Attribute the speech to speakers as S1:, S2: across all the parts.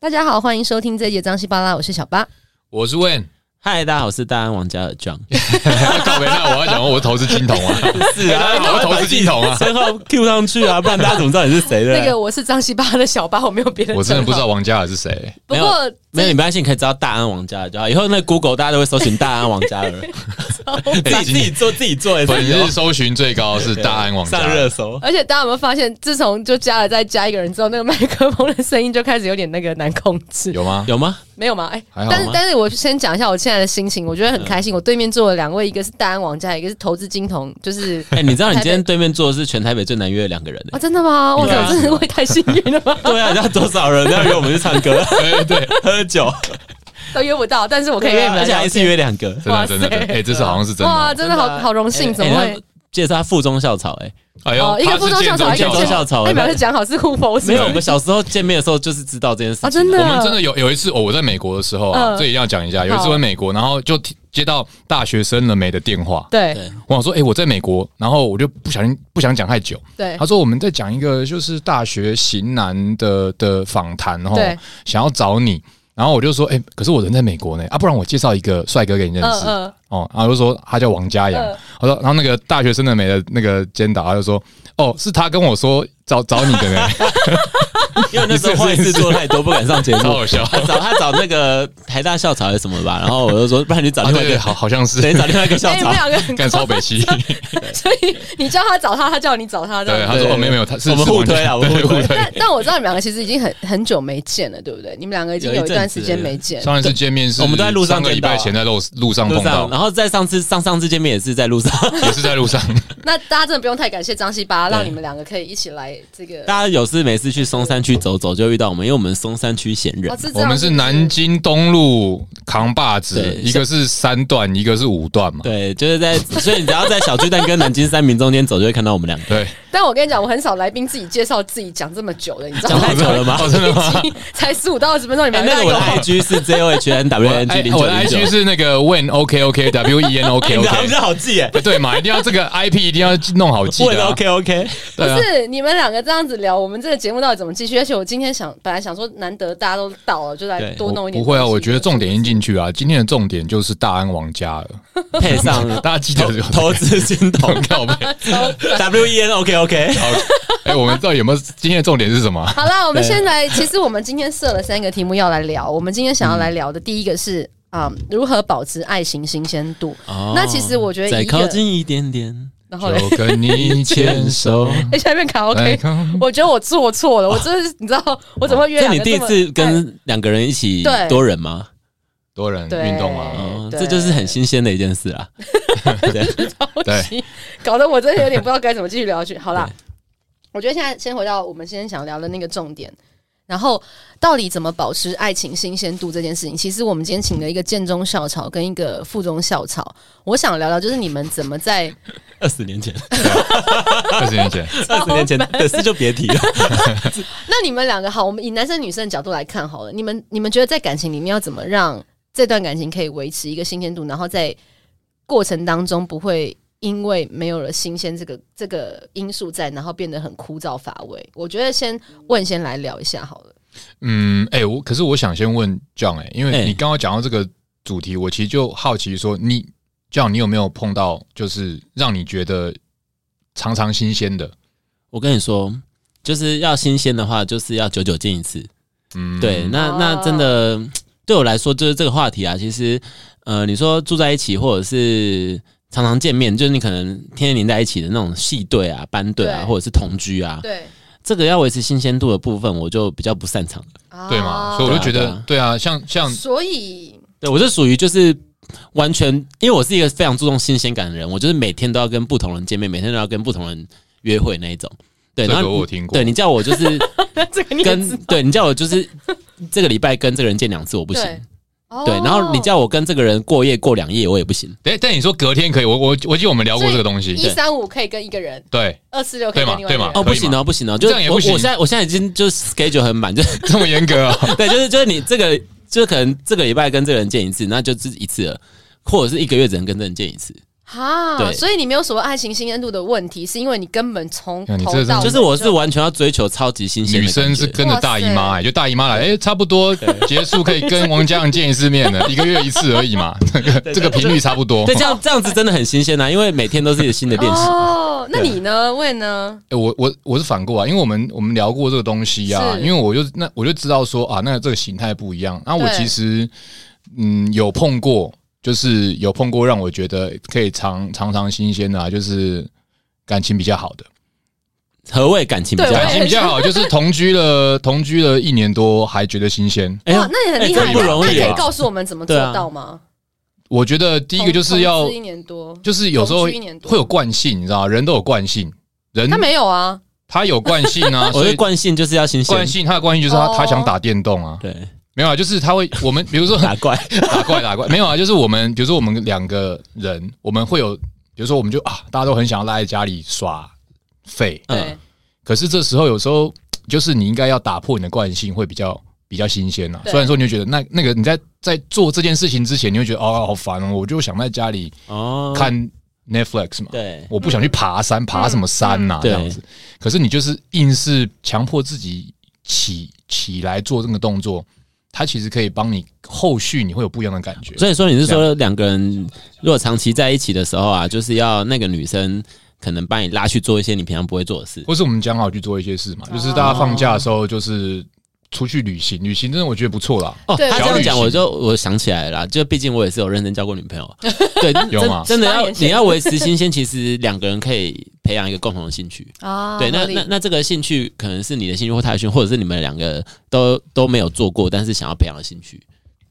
S1: 大家好，欢迎收听这一节张西巴拉，我是小八。
S2: 我是问，
S3: 嗨，大家好，我是大安王嘉尔 John。
S2: 告别那我要讲，我投资金童啊，
S3: 是
S2: 大家 好我投资金 童啊，
S3: 身后 Q 上去啊，不然大家怎么知道你是谁的？
S1: 那个我是张西巴拉的小八，我没有别的。
S2: 我真的不知道。王嘉尔是 谁，
S1: 不
S3: 没
S1: 过
S3: 没有，你没关系，你可以知道大安王嘉尔就好。以后那 Google 大家都会搜寻大安王 嘉尔，自己自己做自己做也
S2: 本日搜寻最高是大安王嘉
S3: 上热
S2: 尔，
S3: 搜。
S1: 而且大家有没有发现，自从就加了再加一个人之后，那个麦克风的声音就开始有点那个难控制，
S2: 有吗？
S3: 有吗？
S1: 没有吗？哎、
S2: 还好吗嗯
S1: 但是但是我先讲一下我现在的心情，我觉得很开心。我对面坐了两位，一个是大安王家，一个是投资金童，就是
S3: 哎、你知道你
S1: 台北
S3: 今天对面坐的是全台北最难约的两个人、
S1: 啊，
S3: 欸？
S1: 真的吗？我
S3: 对啊
S1: 操，真的会太幸运了 吗？
S3: 对啊，你知道多少人要约我们去唱 歌、
S2: 对对，
S3: 喝酒？
S1: 都约不到，但是我
S3: 我
S1: 可以约你
S3: 啊而
S1: 们
S3: 且
S1: 来
S3: 还
S1: 聊
S3: 一次
S1: 天。
S3: 约两个。
S2: 真的真的，真的哎，这次好像是真
S1: 哇，
S2: 的，啊
S1: 真的好好荣幸，怎么
S3: 哎
S1: 会
S3: 他？介绍他附中校草、哎，
S2: 哎
S1: 哦，一个附中校草，
S2: 他
S1: 一
S2: 是
S1: 个
S2: 建
S3: 附
S2: 中
S3: 中
S1: 建
S2: 校
S3: 校草
S1: 哎，表示讲好是互否是
S3: 没有，
S1: 吗
S3: 我们小时候见面的时候就是知道这件事情
S1: 啊，真的，
S2: 我们真的有有一次，哦我在美国的时候啊，
S1: 嗯
S2: 这一定要讲一下，有一次
S1: 好
S2: 我在美国，然后就听接到大学生了没的电话，
S1: 对
S3: 对
S2: 我想说，哎，我在美国，然后我就不小心不想讲太久，
S1: 对
S2: 他说我们在讲一个就是大学型男的的访谈哦
S1: 对，
S2: 想要找你，然后我就说，哎、可是我人在美国呢，啊，不然我介绍一个帅哥给你认识、
S1: 嗯嗯
S2: 哦，然后就说他叫王嘉阳，
S1: 嗯
S2: 他说，然后那个大学生的美的那个监导他就说，哦，是他跟我说找找你的 呢，
S3: 因为那时候坏事做太多，不敢上节
S2: 超
S3: 目
S2: 好。笑，
S3: 他 找他找那个台大校草还是什么吧，然后我就说，不然你找
S2: 啊
S3: 另外一
S2: 对，
S3: 个，
S2: 好好像是，
S3: 哦对，找另外一个校
S1: 哎，你们
S3: 草。
S1: 两个很
S2: 干超北 西，
S1: 所以你叫他找他，他叫你找他，这
S2: 对，
S1: 样。
S2: 他
S3: 对
S2: 说
S3: 对
S2: 哦，没有没有，他是
S3: 我们
S2: 是
S3: 互
S2: 王嘉
S3: 推啊我们
S2: 对
S3: 互推
S2: 推。
S1: 但但我知道你们两个其实已经很很久没见了，对不对？你们两个已经有一段时间没见，
S2: 上一次见面是
S3: 我们都在路上
S2: 上个礼拜前
S3: 见啊
S2: 在路路上
S3: 路
S2: 碰
S3: 上，然啊
S2: 到，
S3: 后在上次上上次见面也是在路上，
S2: 也是在路上。
S1: 那大家真的不用太感谢张西巴，
S3: 对
S1: 让你们两个可以一起来这个。哦
S3: 大家有事没事去松山区走走就遇到我们，因为我们松山区闲人
S1: 哦，，是这
S2: 我
S1: 样
S2: 们是南京东路扛把子
S3: 对，
S2: 一个是三段，一个是五段嘛。
S3: 对，就是在，所以你只要在小巨蛋跟南京三明中间走，就会看到我们两个。
S2: 对，
S1: 但我跟你讲，我很少来宾自己介绍自己讲这么久的，你知道
S3: 讲
S1: 吗？
S3: 太久 了吗？
S2: 哦，真的吗？
S1: 才十五到二十分钟，你
S3: 哎、
S1: 们
S3: 那个
S1: 两
S3: 我的
S1: 个
S3: IG 是 J O H N W
S2: 我
S3: N G
S2: 的
S3: 零
S2: 哎我
S3: 九
S2: 的
S3: 零
S2: IG
S3: 九。
S2: 是那个 when OK OK W E N OK
S3: 哎你的好
S2: OK。
S3: 像好记耶
S2: 对嘛，一定要这个 IP 一定要弄好记
S3: 问
S2: 的啊。
S3: OK OK，
S1: 不
S2: 对啊，
S1: 是你们两个这样子聊，我们这个节目到底怎么继续？而且我今天想，本来想说难得大家都到了，就来
S3: 对
S1: 多弄一点。
S2: 不会啊，我觉得重点已经进去了啊。今天的重点就是大安王嘉尔，
S3: 配上
S2: 大家记得有
S3: 投资金童
S2: 靠背。
S3: W E N OK OK，
S2: 好哎，我们到底有没有今天的重点是什么啊？
S1: 好啦，我们
S3: 对
S1: 先来。其实我们今天设了三个题目要来聊。我们今天想要来聊的第一个是啊、如何保持爱情新鲜度。那其实我觉得
S3: 再
S1: 一个
S3: 靠，近一点点，
S1: 然后嘞，
S2: 就跟你牵手。
S1: 哎， 下面卡 OK，
S2: 来看
S1: 我觉得我做错了，我真是你知道我怎么会约
S3: 哦这
S1: 两
S3: 你
S1: 个
S3: 第
S1: 啊这
S3: 一
S1: 么哎
S3: 次跟两个人一起
S1: 对
S3: 多人吗？
S2: 多人
S1: 对
S2: 运动啊，
S3: 哦，
S1: 对
S3: 这就是很新鲜的一件 事啊。对，
S1: 爱着急，搞得我真的有点不知道该怎么继续聊下去。好啦，我觉得现在先回到我们今天想聊的那个重点。然后，到底怎么保持爱情新鲜度这件事情？其实我们今天请了一个建中校草跟一个附中校草，我想聊聊就是你们怎么在
S3: 二十年前，
S2: 二十年前。
S3: 二十年前的事就别提了。
S1: 那你们两个好，我们以男生女生的角度来看好了，你们你们觉得在感情里面要怎么让这段感情可以维持一个新鲜度，然后在过程当中不会因为没有了新鲜这个这个因素在，然后变得很枯燥乏味？我觉得先问先来聊一下好了。
S2: 嗯，哎、我可是我想先问 John 哎、因为
S3: 哎
S2: 你刚刚讲到这个主题，我其实就好奇说，你 John 你有没有碰到就是让你觉得常常新鲜的？
S3: 我跟你说，就是要新鲜的话，就是要久久见一次。
S2: 嗯，
S3: 对，那
S1: 哦
S3: 那真的对我来说，就是这个话题啊，其实呃，你说住在一起，或者是常常见面，就是你可能天天黏在一起的那种系队啊、班队啊，
S1: 对
S3: 或者是同居啊，
S1: 对，
S3: 这个要维持新鲜度的部分，我就比较不擅长。
S2: 对
S1: 啊
S2: 嘛，所以我就觉得，对啊，像像
S1: 所以
S3: 对我是属于就是。完全，因为我是一个非常注重新鲜感的人，我就是每天都要跟不同人见面，每天都要跟不同人约会那一种。对，
S2: 这个
S3: 然后
S2: 我有听过
S3: 对 你叫我就是
S1: 这个你也知
S3: 跟对你叫我就是这个礼拜跟这个人见两次，我不行。
S1: 对哦
S3: 对，然后你叫我跟这个人过夜过两夜，我也不行。
S2: 哎、但你说隔天可以，我我我记得我们聊过这个东西，
S1: 哦一
S2: 对
S1: 三五可以跟一个人，
S2: 对，
S1: 二四六可以跟另外一个
S2: 对嘛
S1: 人
S2: 对嘛
S3: 哦，
S2: 哎可以
S3: 不行哦，不行哦，
S2: 这
S3: 就是
S2: 样也
S3: 我
S2: 不行
S3: 我现在我现在已经就是 schedule 很 满，就是
S2: 这么严格、啊，
S3: 对，就是就是你这个就是可能这个礼拜跟这个人见一次，那就只一次了，或者是一个月只能跟这个人见一次。
S1: 哈，
S3: 对
S1: 所以你没有所谓爱情新鲜度的问题，是因为你根本从
S2: 哎呀你
S1: 头
S2: 这真
S1: 到尾
S2: 的
S3: 哦就是我是完全要追求超级新鲜的
S2: 女
S3: 感觉
S2: 生是跟着大姨妈、
S1: 哇
S2: 哎，就大姨妈来，哎、差不多结束可以跟王家阳见一次面了，一个月一次而已嘛， 这个这个频率差不多。
S3: 对，这样这样子真的很新鲜啊，因为每天都是新的练习。
S1: 哦，那你呢？问呢？
S2: 哎我我我是反过来，因为我们我们聊过这个东西啊，
S1: 是
S2: 因为我就那我就知道说啊，那这个形态不一样。那我
S1: 对
S2: 其实嗯有碰过，就是有碰过让我觉得可以尝尝尝新鲜的、啊，就是感情比较好的。
S3: 何谓感情比
S1: 对
S3: 较
S2: 感
S3: 好？
S2: 情比较好，就是同居了，同居了一年多还觉得新鲜。
S3: 哎
S1: 哇，那你很厉害，
S3: 哎真不
S1: 那
S3: 容易
S1: 那可
S3: 啊
S1: 以告诉我们怎么做到吗？
S2: 我觉得第一个就是
S1: 同
S2: 要
S1: 同居，一年多，
S2: 就是有时候
S1: 同居一年多
S2: 会有惯性，你知道吗？人都有惯性，人
S1: 他没有啊，
S2: 他有惯性啊，
S3: 我
S2: 所
S3: 的
S2: 以
S3: 惯性就是要新鲜
S2: 惯，性他的惯性就是他
S1: 哦
S2: 他想打电动啊，
S3: 对，
S2: 没有啊，就是他会我们比如说
S3: 打怪，
S2: 打怪打怪没有啊，就是我们比如说我们两个人，我们会有比如说我们就啊，大家都很想要赖在家里耍废，
S1: 对
S3: 嗯，
S2: 可是这时候有时候就是你应该要打破你的惯性，会比较比较新鲜啊。
S1: 对
S2: 虽然说你会觉得那那个你在在做这件事情之前，你会觉得哦好烦哦，我就想在家里
S3: 哦，
S2: 看 Netflix 嘛，
S3: 对，
S2: 我不想去爬山，爬什么山呐、
S3: 嗯
S2: 这样子。可是你就是硬是强迫自己起起来做这个动作，它其实可以帮你后续你会有不一样的感觉。
S3: 所以说你是说两个人如果长期在一起的时候啊，就是要那个女生可能把你拉去做一些你平常不会做的事，
S2: 或是我们讲好去做一些事嘛，就是大家放假的时候就是出去旅行，旅行真的我觉得不错啦。
S3: 哦，
S1: 对
S3: 他这样讲，
S2: 小旅行
S3: 我就我想起来了啦，就毕竟我也是有认真交过女 朋友，对，真
S2: 有吗
S3: 真的
S1: 十八
S3: 要
S1: 年前
S3: 你要维持新鲜，其实两个人可以培养一个共同的兴趣。
S1: 啊，
S3: 对，那
S1: 合理
S3: 那那这个兴趣可能是你的兴趣或他的兴趣，或者是你们两个都都没有做过，但是想要培养的兴趣。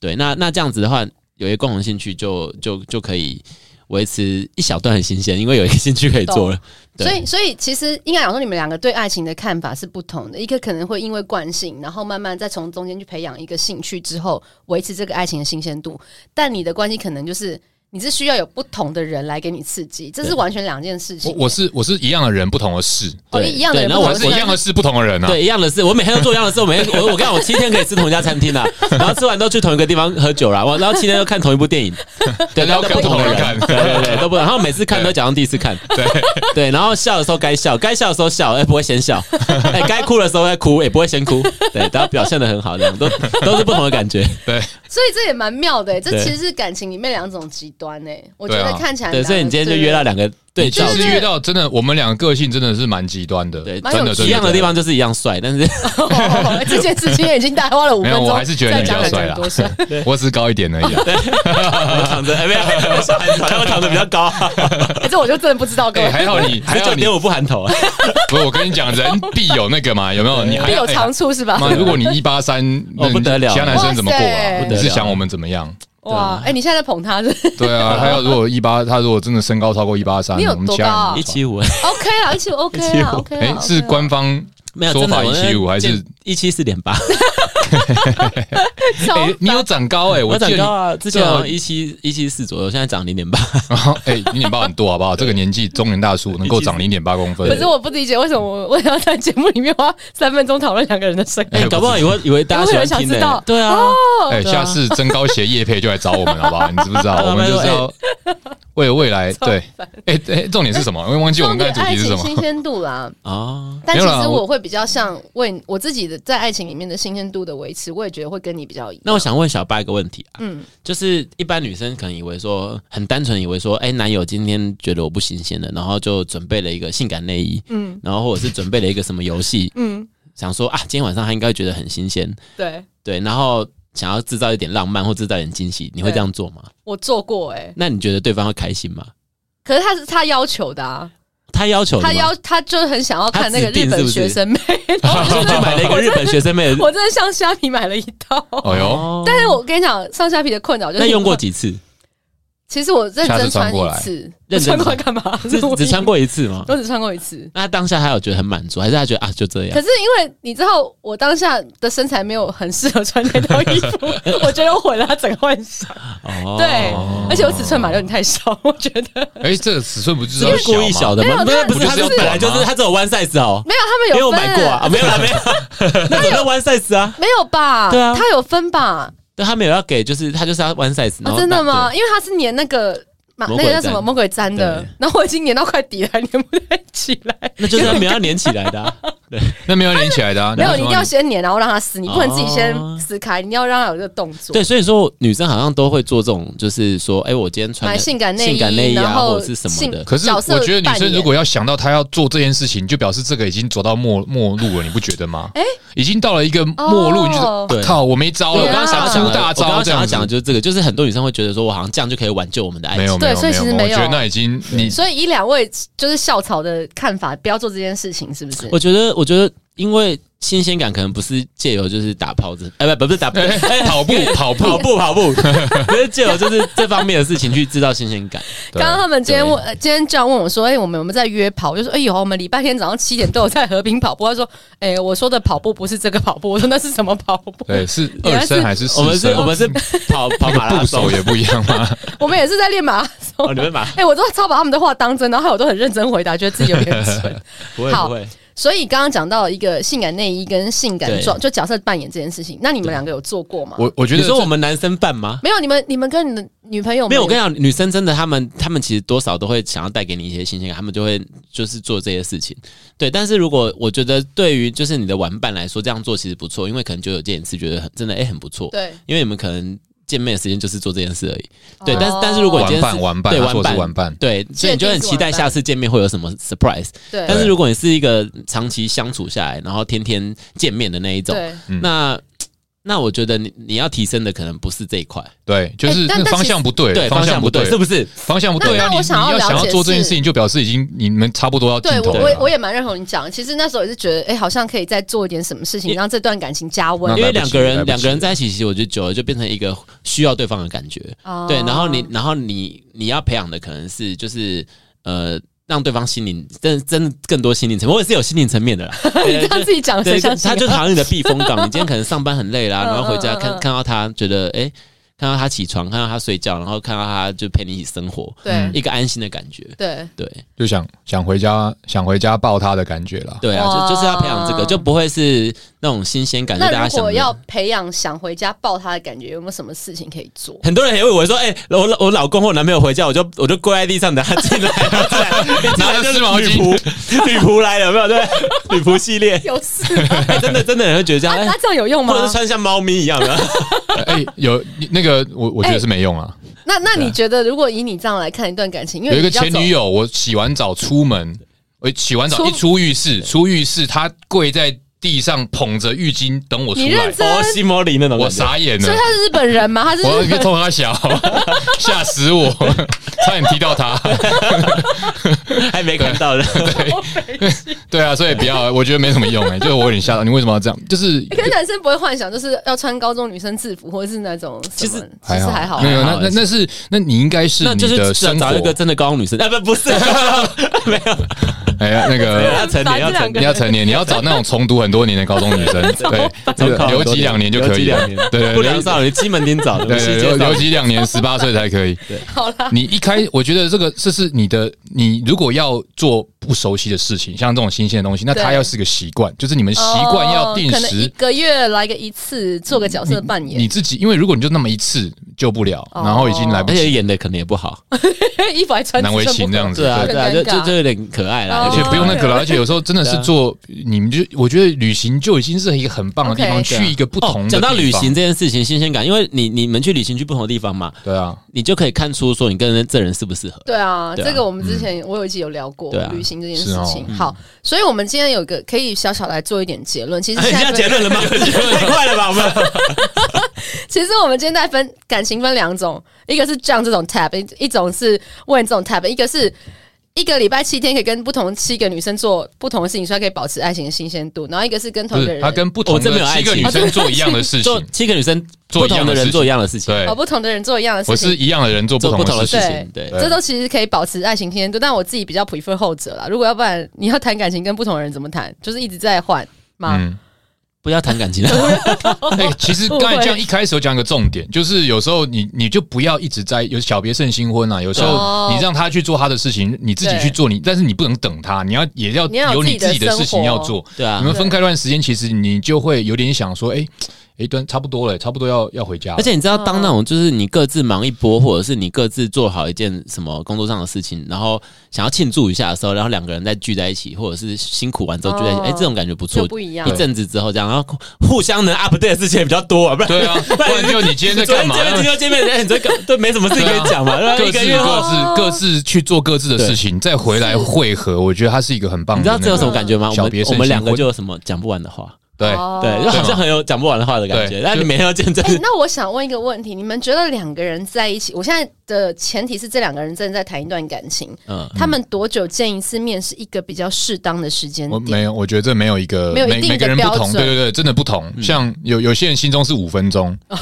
S3: 对，那那这样子的话，有一个共同兴趣就就就可以维持一小段很新鲜，因为有一个兴趣可以做了。对
S1: 所以，所以其实应该讲说，你们两个对爱情的看法是不同的。一个可能会因为惯性，然后慢慢再从中间去培养一个兴趣，之后维持这个爱情的新鲜度。但你的关系可能就是你是需要有不同的人来给你刺激，这是
S3: 对
S1: 完全两件事
S2: 我
S1: 情。
S2: 我是我是一样的人，不同的事，
S1: 哦
S3: 对
S1: 一样的人
S3: 对
S1: 不
S3: 那
S1: 同
S3: 我
S2: 我
S1: 的
S2: 是一
S1: 人
S2: 样的事，不同的人啊。
S3: 对，一样的事，我每天都做一样的事，我每天我我跟你讲，我七天可以吃同一家 餐厅啦，啊然后吃完都去同一个地方喝酒啦，我然后七天都看同一部 电影，对，
S2: 然后
S3: 都
S2: 跟
S3: 不同的
S2: 同
S3: 人
S2: 人看
S3: 对对对，都不同，然后每次看
S2: 对
S3: 都假装第一次看，
S2: 对
S3: 对，然后笑的时候该笑，该笑的时候笑，哎、不会 先笑，哎、该哭的时候该哭，也、不会先哭，对，然后表现的很好，这样都都是不同的感觉，
S2: 对，
S1: 所以这也蛮妙的、欸这
S3: 对
S1: 其实是感情里面两种极端诶、我觉
S2: 对啊
S1: 得看起来
S3: 对，
S1: 蛮
S3: 所以你今天就约到两个对
S2: 其
S3: 照
S1: 就
S2: 实
S1: 是
S2: 遇到真的，我们两个个性真的是蛮极端的，
S3: 对
S1: 蛮有
S2: 真的
S1: 趣
S2: 真
S3: 一样的地方就是一样帅， 但是
S1: 哦这件事情已经大概花了五
S2: 没
S1: 分
S2: 有
S1: 钟，
S2: 我还是觉得
S1: 再
S2: 你
S1: 讲感觉
S2: 比较帅
S1: 很
S2: 啦
S1: 多帅。
S2: 我只是高一点而已啊。
S3: 我躺着，哎、没有，我小孩子躺我躺着比较高、啊，
S1: 哎这我就真的不知道，各
S2: 对，
S1: 位
S2: 哎还好你，还好
S3: 九
S2: 你
S3: 点，五不含头、啊，
S2: 不是我跟你讲，人必有那个嘛，有没有？你还
S1: 必有啊
S2: 哎
S1: 长处是吧？
S2: 妈，如果你一八三，
S3: 哦不得了
S2: 其他男生怎么
S1: 哇
S2: 过啊
S1: 塞？
S2: 你是想我们怎么样？
S1: 哇，哎、你现在在捧 他是不是
S2: 对啊，他要如果一八，他如果真的身高超过一八三，
S1: 你有
S2: 我们其他人
S1: 多高啊
S3: 一七五，
S1: OK 啦，一起 OK 啦，OK 啦
S2: 哎，
S1: ，OK
S2: 是
S1: 啦
S2: 官方
S3: 没有
S2: 说法一七五还是？
S3: 一七四点八？
S1: 超
S2: 哎，你有长高哎，
S3: 我
S2: 记
S3: 长
S2: 得
S3: 高
S2: 你
S3: 啊，之前好像一七一七四左右，现在长零点八。
S2: 哎零点八很多 好不好？这个年纪中年大叔能够长零点八公分
S1: 可，是我不理解为什么我 我要在节目里面花三分钟讨论两个人的身高
S3: 哎、。搞不好以为以为大家喜欢听
S1: 有没有人想知
S3: 的、
S1: 道哦
S3: 对啊，
S2: 哎，
S3: 对
S2: 下
S3: 啊
S2: 次增高鞋叶配就来找我们好不好？你知不 知道？
S3: 对啊
S2: 我们就是
S3: 拜托
S2: 要为了未来，
S1: 超
S2: 对，哎哎，重点是什么？我忘记我
S1: 重
S2: 们刚
S1: 点
S2: 才主
S1: 爱
S2: 题是什
S1: 情
S2: 么。
S1: 新鲜度 啦，
S3: 哦，
S1: 但
S2: 没
S1: 其
S2: 有啦
S1: 实
S2: 我
S1: 我会比较像为我自己的在爱情里面的新鲜度的维持，我也觉得会跟你比较一样。
S3: 那我想问小八一个问题啊，
S1: 嗯，
S3: 就是一般女生可能以为说，很单纯以为说，哎、男友今天觉得我不新鲜了，然后就准备了一个性感内衣，
S1: 嗯
S3: 嗯，然后或者是准备了一个什么游戏，
S1: 嗯，
S3: 想说啊，今天晚上他应该会觉得很新鲜，
S1: 对
S3: 对，然后想要制造一点浪漫或制造一点惊喜，你会
S1: 对
S3: 这样做吗？
S1: 我做过哎、
S3: 那你觉得对方会开心吗？
S1: 可是他是他要求的啊，
S3: 他要求的吗
S1: 他要他就很想要看那个日本学 生妹，然后
S3: 哦，
S1: 我
S3: 你去买了一个日本学生妹的，
S1: 我真的上虾皮买了一套。
S2: 哎呦，
S3: 哦
S1: 但是我跟你讲，上虾皮的困扰就是
S3: 那用过几次？
S1: 其实我认
S2: 下次
S1: 真
S2: 穿
S1: 穿
S2: 过
S1: 一
S2: 来
S1: 次，
S3: 认真
S1: 穿过来
S3: 穿
S1: 干嘛？
S3: 只只穿过一次吗？
S1: 我只穿过一次。
S3: 那他当下还有觉得很满足，还是他觉得啊就这样
S1: 可？是因为你知道，我当下的身材没有很适合穿那套衣 服，我觉得我毁了他整个幻想。
S3: 哦
S1: 对，而且我尺寸买的有点太少，我觉 得
S2: 哎，这个尺寸不是
S3: 这
S2: 要
S3: 个是故意
S2: 小吗
S3: 小的吗？
S1: 没
S3: 不
S1: 有啊
S3: 是不是，
S2: 他
S3: 他
S2: 就是是
S3: 本来就是他只有 one size 哦，
S1: 没有，他们
S3: 因为
S1: 有
S3: 我
S1: 分
S3: 买过啊，啊没有啦没 有，那怎么 one size 啊？
S1: 没有吧？
S3: 对啊
S1: 他有分吧？
S3: 对他没有要给，就是他就是要 one size，然
S1: 啊，
S3: 后
S1: 真的
S3: 大
S1: 吗？因为他是连那个嘛
S3: 魔
S1: 那
S3: 鬼
S1: 个叫什么
S3: 毡
S1: 魔鬼毡的
S3: 对，
S1: 然后我已经粘到快底了，还粘不太起来。
S3: 那就是没有要连起来的啊、
S2: 那没有连起来的啊，
S1: 没有，你一
S2: 说
S1: 定要先粘，然后让它撕，你不能自己先撕开，你要让它有这个动作。
S3: 哦对，所以说女生好像都会做这种，就是说，哎、我今天穿
S1: 买
S3: 的
S1: 性感内衣，
S3: 性感内衣
S1: 然
S3: 啊，
S1: 后
S3: 或者是什么
S1: 性
S3: 的。
S2: 可是
S1: 角色
S2: 我觉得女
S1: 扮
S2: 生
S1: 演
S2: 如果要想到她要做这件事情，就表示这个已经走到末末路了，你不觉得吗？哎，已经到了一个末路，
S1: 哦
S2: 你就是啊
S3: 对
S2: 靠，我没招了，
S3: 我
S1: 对
S3: 刚刚想要讲的，
S2: 出大
S3: 我刚
S2: 招
S3: 刚
S2: 这
S3: 想要
S2: 样
S3: 讲的
S2: 子。
S3: 就是这个，就是很多女生会觉得说，我好像这样就可以挽救我们的爱
S2: 没有
S3: 情。
S2: 没有
S1: 对所以其实
S2: 没有，我
S1: 没有
S2: 觉得那已经你
S1: 所以以两位就是校草的看法，不要做这件事情，是不是？
S3: 我觉得，我觉得，因为新鲜感可能不是借由就是打炮子，哎、不，不是打
S2: 跑 步跑步
S3: 跑步跑步， 不是借由就是这方面的事情去制造新鲜感。
S2: 对
S1: 刚刚他们今天
S3: 对
S1: 问，呃今天这样问我说：“哎、我们有没有在约跑？”我就说：“哎、有啊，我们礼拜天早上七点都有在和平跑步。”他说：“哎、我说的跑步不是这个跑步，我说那是什么跑步？
S2: 对是
S1: 原
S2: 二
S1: 来是
S2: 声还是啊四
S3: 我们是，
S2: 声？
S3: 我们是跑跑马拉
S2: 部
S3: 松
S2: 首，也不一样吗？
S1: 我们也是在练马拉松。
S3: 哦，你们马
S1: 哎、我都超把他们的话当真，然后我都很认真回答，觉得自己有点蠢。
S3: 不会
S1: 好
S3: 不会，
S1: 所以刚刚讲到一个性感内衣跟性感
S3: 对
S1: 装，就角色扮演这件事情，那你们两个有做过吗？
S2: 我我觉
S3: 你
S2: 得
S3: 说
S2: 这
S3: 我们男生办吗？
S1: 没有，你们你们跟你的女朋友
S3: 没有，我跟你
S1: 你
S3: 讲，女生真的，她们她们其实多少都会想要带给你一些新鲜感，她们就会就是做这些事情。对，但是如果我觉得对于就是你的玩伴来说，这样做其实不错，因为可能就有见一次，觉得很真的哎、很不错，
S1: 对
S3: 因为你们可能见面的时间就是做这件事而已。对，
S1: 哦
S3: 但是但是如果你
S2: 玩
S3: 今天是
S2: 伴玩伴，
S3: 对
S2: 他说
S3: 玩
S2: 我是
S3: 伴
S2: 玩伴，
S3: 对，所以你就很期待下次见面会有什么 surprise。
S1: 对
S3: 但是如果你是一个长期相处下来，然后天天见面的那一种，
S1: 对，
S2: 嗯
S3: 那那我觉得你你要提升的可能不是这一块，
S2: 对，就是
S1: 哎但
S2: 那个
S1: 但
S2: 方
S1: 其实
S2: 向不对，
S3: 对，方向
S2: 向
S3: 不
S2: 对
S3: 对，，是不是？
S2: 方向不对
S1: 那
S2: 啊！
S1: 那
S2: 你
S1: 我
S2: 你
S1: 想要
S2: 要想
S1: 了
S2: 要
S1: 解
S2: 做这件
S1: 是
S2: 事情，就表示已经你们差不多要尽
S1: 对我
S2: 头
S1: 我
S2: 了
S1: 也。我也蛮认同你讲，其实那时候也是觉得，哎、好像可以再做一点什么事情，
S3: 因
S1: 让这段感情加温
S2: 那
S3: 因为
S2: 来不
S3: 两
S2: 及
S3: 个
S2: 了
S3: 人
S2: 来不
S3: 两
S2: 及
S3: 个人
S2: 了
S3: 在一起，其实我觉得久了就变成一个需要对方的感觉。
S1: 哦
S3: 对，然后你然后你你要培养的可能是就是呃。让对方心灵真真的更多心灵层面，我也是有心灵层面 的啦。对
S1: 让
S3: 就
S1: 自己讲谁
S3: 对，
S1: 相
S3: 就
S1: 信
S3: 他
S1: 啊？
S3: 就好像你的避风港。你今天可能上班很累啦，
S1: 嗯
S3: 然后回家
S1: 嗯嗯
S3: 看
S1: 嗯
S3: 看到他，觉得哎、诶看到他起床，看到他睡觉，然后看到他就陪你一起生活，
S1: 对
S3: 一个安心的感觉。
S1: 对，
S3: 对
S2: 就想想回家，想回家抱他的感觉 啦。
S3: 对
S1: 哇
S3: 啊，就就是要培养这个，就不会是那种新鲜感。就大
S1: 哦那
S3: 家
S1: 如
S3: 想
S1: 果
S3: 的
S1: 要培养想回家抱他的感觉，有没有什么事情可以 做？
S3: 很多人也会以为说，哎、我老我老公或我男朋友回家，我就我就跪在地上等他 进来，然后再来
S2: 拿着
S3: 就是
S2: 湿毛
S3: 女
S2: 巾
S3: 仆，女仆来了，有没有？ 对，女仆系列，
S1: 有事？
S3: 哎真的真的人会觉得这样，哎、
S1: 那这样有用吗
S3: 或？者是穿像猫咪一样的，
S2: 哎，有那个我我
S1: 哎
S2: 觉得是没用啊。
S1: 那那你觉得，如果以你这样来看一段感情，因为
S2: 有一个
S1: 你比较
S2: 前女
S1: 走，
S2: 友，我洗完澡出门，我洗完澡
S1: 出
S2: 一出浴室，出浴室她跪在地上捧着浴巾等我出
S1: 你认
S2: 来，
S1: 真？
S3: 哦，西摩里那种
S2: 我
S3: 感觉。
S2: 傻眼
S1: 所
S2: 了
S1: 以。他是日本人吗？他是
S2: 我
S1: 日
S2: 一个
S1: 本
S2: 冲他笑， 吓死我， 差点踢到他。
S3: 还没看到的，
S2: 对啊，所以不要，我觉得没什么 用哎、就是我有点吓到你，为什么要这样？就是
S1: 可是男生不会幻想，就是要穿高中女生制服，或者是那种什么
S3: 其实
S1: 其实还好啊
S2: 没。有
S3: 还
S2: 那
S3: 好
S2: 那那是那你应该是
S3: 那
S2: 你
S3: 就是
S2: 的
S3: 找
S2: 生活
S3: 找一个真的高中女生，啊不 不是，没有，
S2: 哎呀那
S3: 没有
S2: 个
S3: 要成年要成
S2: 你
S3: 年，
S2: 要成年，你要找那种重读很多年的高中女 生，对，这个留几两年就可以
S3: 留
S2: 了
S3: 几两，年
S2: 对对
S3: 不良
S2: 留
S3: 少女金门町找的，
S2: 对
S3: 西
S2: 对
S3: 街
S2: 留
S3: 找
S2: 留
S3: 的
S2: 几两年，十八岁才可 以。
S1: 好啦，
S2: 你一开，我觉得这个这是你的，你如果要做不熟悉的事情，像这种新鲜的东西，那它
S1: 对
S2: 要是个习惯，就是你们习惯要定
S1: 哦可能一
S2: 时。
S1: 个月来个一次，做个角色扮
S2: 你
S1: 演，
S2: 自己，因为如果你就那么一次救不了，
S1: 哦
S2: 然后已经来不
S3: 而且
S2: 及，
S3: 演的可能也不好，
S1: 衣服还穿
S2: 难为情这样子
S3: 对啊对啊，就
S1: 很尴尬
S3: 就就有点可爱啦，
S1: 哦
S2: 嗯而且不用那个了。
S1: 对
S2: 而且有时候真的是
S3: 对啊
S2: 做，你们就我觉得旅行就已经是一个很棒的地方，
S1: OK
S2: 去一个不同的。
S3: 哦讲到旅行，这件事情，新鲜感，因为你你们去旅行去不同的地方嘛，
S2: 对啊，
S3: 你就可以看出说你跟这人适不适合。
S1: 对啊，
S3: 对啊
S1: 这个我们之前我有一集有聊过
S3: 对啊
S1: 旅行这件
S2: 是
S1: 事
S2: 哦
S1: 情。好，所以我们今天有个可以小小来做一点结论。其
S3: 哎
S1: 实现 在分
S3: 论了吗？ 太快了吧，我们
S1: 其实我们今天在分感情分两种，一个是这样这种 tab，一一种是问这种 tab，一个是。一个礼拜七天可以跟不同七个女生做不同的事情，所以她可以保持爱情的新鲜度。然后一个是跟
S2: 不
S1: 同一个
S2: 是
S1: 人，哦
S2: 他跟不同
S3: 我哦真没有
S2: 的
S3: 爱
S2: 七个
S3: 情
S2: 女生做一样的事
S3: 做
S2: 情，
S3: 七个女生
S2: 做
S3: 不
S2: 一样
S3: 同的
S2: 的事
S3: 人
S2: 情
S3: 做一样的事情，
S2: 对
S1: 哦，不同的人做一样的
S2: 我
S1: 事情，
S2: 是一样的人做
S3: 做
S2: 不
S3: 不
S2: 同
S3: 同
S2: 的
S3: 的
S2: 事
S3: 事
S2: 情。
S3: 情，对
S2: 对。
S1: 这都其实可以保持爱情新鲜度，但我自己比较 prefer 后者啦。如果要不然你要谈感情跟不同的人怎么谈，就是一直在换嘛。
S2: 嗯，
S3: 不要谈感情了，啊
S2: 哎、其实刚才这样一开始有讲一个重点，就是有时候你你就不要一直在有小别胜新婚啊，有时
S1: 哦
S2: 候你让他去做他的事情，你自己去做你，但是你不能等他，你要也要
S1: 你要有
S2: 有你
S1: 自己的
S2: 自己的事
S1: 生
S2: 情
S1: 活
S2: 要做。
S3: 对啊
S2: 你们分开一段时间，其实你就会有点想说，哎、哎、诶，对，差不多了，差不多要要回家了。
S3: 而且你知道，
S1: 嗯
S3: 当那种就是你各自忙一波，或者是你各自做好一件什么工作上的事情，然后想要庆祝一下的时候，然后两个人再聚在一起，或者是辛苦完之后聚在一起，
S1: 哦
S3: 哎、这种感觉不
S1: 就
S3: 错。
S1: 不一样
S3: 一。阵子之后这样，然后互相能 update 的事情也比较多啊，不然
S2: 对 啊，不然就你今天在干嘛？
S3: 昨天昨天就见面，哎你这个都没什么事情可以讲 嘛，然后
S2: 各
S3: 一
S2: 自
S3: 个月后哦
S2: 各自各自去做各自的事情，再回来汇合，我觉得它是一个很棒的
S3: 你知
S2: 那
S3: 道
S2: 个。
S3: 这有什么感觉吗？我
S2: 小
S3: 们
S2: 别胜
S3: 我
S2: 新
S3: 们两个
S2: 婚
S3: 就有什么讲不完的话，
S2: 对，
S1: 哦
S3: 对，就好像很有讲不完的话的感
S2: 对
S3: 觉。但
S2: 就
S3: 你每天要见证
S1: 哎、，那我想问一个问题：你们觉得两个人在一起，我现在的前提是这两个人正在谈一段感情，
S3: 嗯，
S1: 他们多久见一次面是一个比较适当的时间
S2: 我
S1: 点？
S2: 没有，我觉得这没有一个
S1: 没有一
S2: 每
S1: 定的
S2: 每个人不
S1: 标
S2: 同，
S1: 准
S2: 对对对，真的不同。像有有些人心中是五分钟，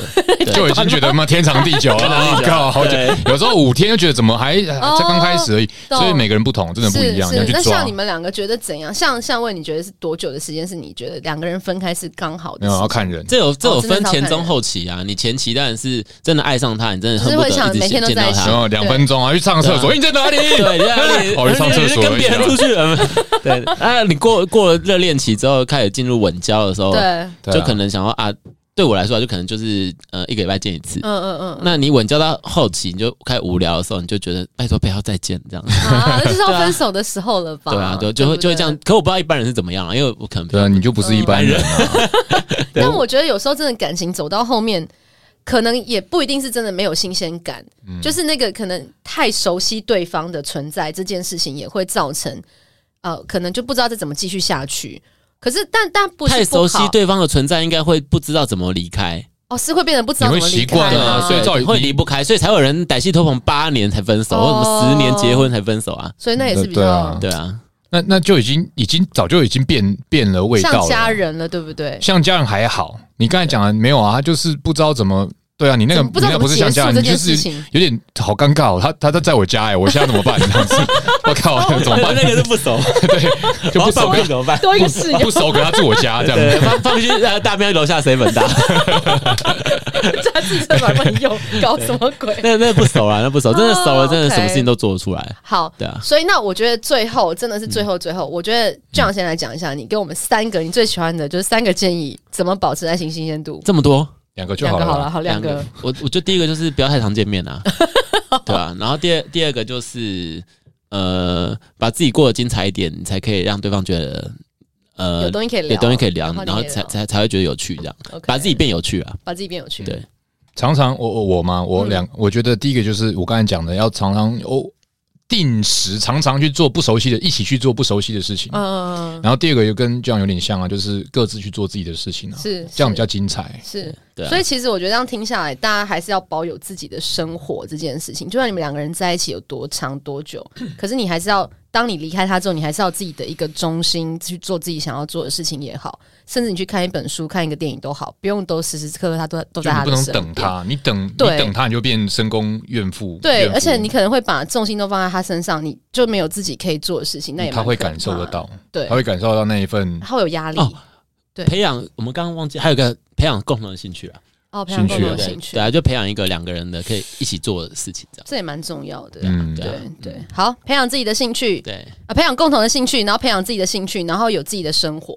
S2: 就已经觉得妈 天长地久了，我靠，好久
S3: 对。
S2: 有时候五天就觉得怎么还
S1: 哦
S2: 才刚开始而已，
S1: 懂
S2: 所以每个人不同，真的不一样，你
S1: 是
S2: 要
S1: 是，
S2: 去
S1: 那
S2: 抓
S1: 像你。们两个觉得怎样？像像问你觉得是多久的时间是你觉得两个人分开是刚好的
S2: 没有
S1: 时
S2: 要
S1: 间？
S2: 看人，
S3: 这有这有
S1: 哦真的
S3: 分
S1: 是要
S3: 前
S1: 看
S3: 中
S1: 人
S3: 后期啊，你前期当然是真的爱上他，你真的
S1: 就是
S3: 恨不
S1: 会想
S3: 得一直
S1: 每天
S3: 见
S1: 都在
S3: 到
S1: 一起
S2: 然
S3: 他。
S2: 后两分钟啊，去上厕所，
S3: 对啊
S2: 诶你在哪里？
S3: 对， 你在你
S2: 哦去上厕所
S3: 你跟别人出去了。 对啊，你过过了热恋期之后，开始进入稳交的时候，
S1: 对，嗯
S2: 对啊
S3: 就可能想要啊，对我来说啊，就可能就是呃一个礼拜见一次。
S1: 嗯嗯，
S3: 那你稳交到后期，你就开始无聊的时候，你就觉得拜托不要再见这样。
S1: 啊，那就是要分手的时候了吧？
S3: 对啊，对，就会
S1: 不
S3: 就会这样。可我不知道一般人是怎么样啊，因为我可能比
S2: 对
S3: 较
S2: 啊，你就不是一般人啊。
S1: 但我觉得有时候真的感情走到后面，可能也不一定是真的没有新鲜感，
S2: 嗯
S1: 就是那个可能太熟悉对方的存在这件事情，也会造成呃，可能就不知道再怎么继续下去。可是，但但不是
S3: 太熟悉
S1: 不好
S3: 对方的存在，应该会不知道怎么离开，
S1: 哦，是会变得不知
S2: 你
S1: 道
S2: 会
S1: 怎么离
S2: 习
S1: 开
S2: 惯
S1: 吗
S2: 啊，所以照理
S3: 会离不开，所以才有人歹戏拖棚八年才分手，
S1: 哦
S3: 或者什么十年结婚才分手啊。
S1: 所以那也是比
S2: 对
S1: 较
S2: 啊
S3: 对啊，
S2: 那那就已经已经早就已经变变了味道
S1: 像
S2: 了。
S1: 家人了，对不 对？
S2: 像家人还好，你刚才讲的没有啊？他就是不知道怎么，对啊，你那个
S1: 怎么不知道
S2: 你那
S1: 怎
S2: 不
S1: 么
S2: 是
S1: 结
S2: 像家
S1: 束
S2: 人，
S1: 这
S2: 你就
S1: 件事
S2: 是
S1: 情，
S2: 有点好尴尬、哦。他他他在我家哎、我现在怎么办？这样子，我靠，怎么办？
S3: 那 个是不熟，
S2: 对，就不熟
S3: 我要报备怎么办？
S1: 多 一个室
S2: 不
S1: 友，
S2: 熟，给他住我家这样
S3: 对，啊
S2: 子。
S3: 放放心，呃大喵楼下 谁门大？
S1: 他自己在把乱用，搞什么鬼？
S3: 那那不熟啊，那不熟，真的熟了，
S1: 哦
S3: 真的
S1: OK
S3: 什么事情都做得出来。
S1: 好，
S3: 对啊，嗯
S1: 所以那我觉得最后真的是最后最后，我觉得这样先来讲一下，你给我们三个你最喜欢的就是三个建议，怎么保持爱情新鲜度？
S3: 这么多，
S2: 两个就
S1: 两
S2: 好
S1: 个
S2: 了。
S1: 好了，好两个。，
S3: 我我就第一个就是不要太常见面 啊，对啊，然后第二第二个就是呃，把自己过得精彩一点，你才可以让对方觉得呃
S1: 有东西可以聊，
S3: 有东西可以聊，
S1: 然后你
S3: 然后
S1: 可以
S3: 才
S1: 聊
S3: 才才会觉得有趣，这样
S1: OK
S3: 把自己变有趣啊。
S1: 把自己变有趣。
S3: 对
S2: 常常我我我嘛，我
S1: 嗯
S2: 两、我觉得第一个就是我刚才讲的，要常常哦定时常常去做不熟悉的，一起去做不熟悉的事情。
S1: 嗯，
S2: 然后第二个又跟这样有点像啊，就是各自去做自己的事情啊，
S1: 是
S2: 这样比
S1: 是
S2: 较精彩。
S1: 是。
S3: 对啊
S1: 所以其实我觉得这样听下来，大家还是要保有自己的生活这件事情。就算你们两个人在一起有多长多 久，可是你还是要，当你离开他之后，你还是要有自己的一个中心去做自己想要做的事情也好，甚至你去看一本书、看一个电影都好，不用都时时刻刻他都都
S2: 就
S1: 在
S2: 你
S1: 他
S2: 不
S1: 的
S2: 能
S1: 身
S2: 等
S1: 边。
S2: 他，你等你
S1: 对
S2: 等他，你就变深宫怨妇。
S1: 对，
S2: 怨妇
S1: 而且你可能会把重心都放在他身上，你就没有自己可以做的事情，那也蛮
S2: 嗯他会
S1: 可怕
S2: 感受
S1: 的，
S2: 得到，
S1: 对啊
S2: 他，会感受到那一份
S1: 他会有压力
S3: 哦
S1: 对
S3: 培养我们刚刚忘记还有一个培养共同的兴趣啊，
S1: 哦，培养
S2: 兴
S1: 更
S2: 趣
S1: 多
S2: 啊
S1: 的
S3: 对
S1: 兴趣
S3: 对，啊，就培养一个两个人的可以一起做的事情，这样
S1: 这也蛮重要的。
S2: 嗯，
S3: 对啊
S1: 对对，好，培养自己的兴趣，
S3: 对
S1: 啊，培养共同的兴趣，然后培养自己的兴趣，然后有自己的生活，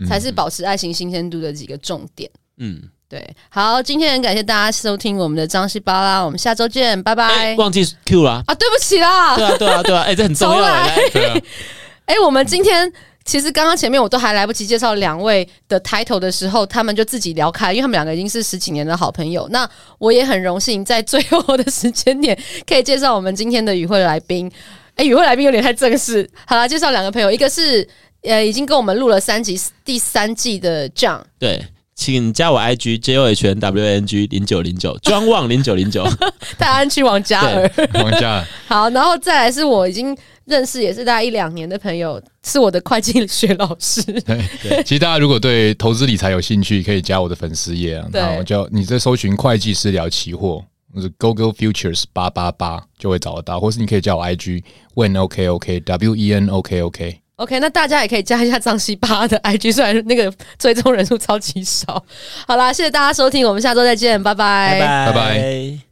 S2: 嗯
S1: 才是保持爱情新鲜度的几个重点。
S3: 嗯，
S1: 对，好，今天很感谢大家收听我们的张西巴拉，我们下周见，拜拜
S3: 哎。忘记 Q 啦，
S1: 啊，对不起啦
S3: 对，啊对啊对啊，哎，这很重要
S1: 重来
S3: 哎，来
S2: 对啊，
S1: 哎、我们今天其实刚刚前面我都还来不及介绍两位的 title 的时候，他们就自己聊开，因为他们两个已经是十几年的好朋友。那我也很荣幸在最后的时间点可以介绍我们今天的与会来宾。哎、与会来宾有点太正式，好啦，介绍两个朋友，一个是。呃，已经跟我们录了三集，第三季的 John，
S3: 对。请加我 IG J O H N W N G 零九零九，庄旺零九零九，
S1: 大安区王嘉尔。
S2: 啊王嘉，
S1: 好，然后再来是我已经认识也是大概一两年的朋友，是我的会计学老师。
S2: 对，其实大家如果对投资理财有兴趣，可以加我的粉丝页啊，
S1: 对
S2: 然后叫你在搜寻会计师聊期货，就是 Google Futures 八八八就会找得到，或是你可以叫我 IG When OK OK W E N OK OK，
S1: OK，那大家也可以加一下张西巴的 IG，虽然那个追 踪人数超级少。好啦，谢谢大家收听，我们下周再见，拜拜
S3: 拜
S2: 拜拜。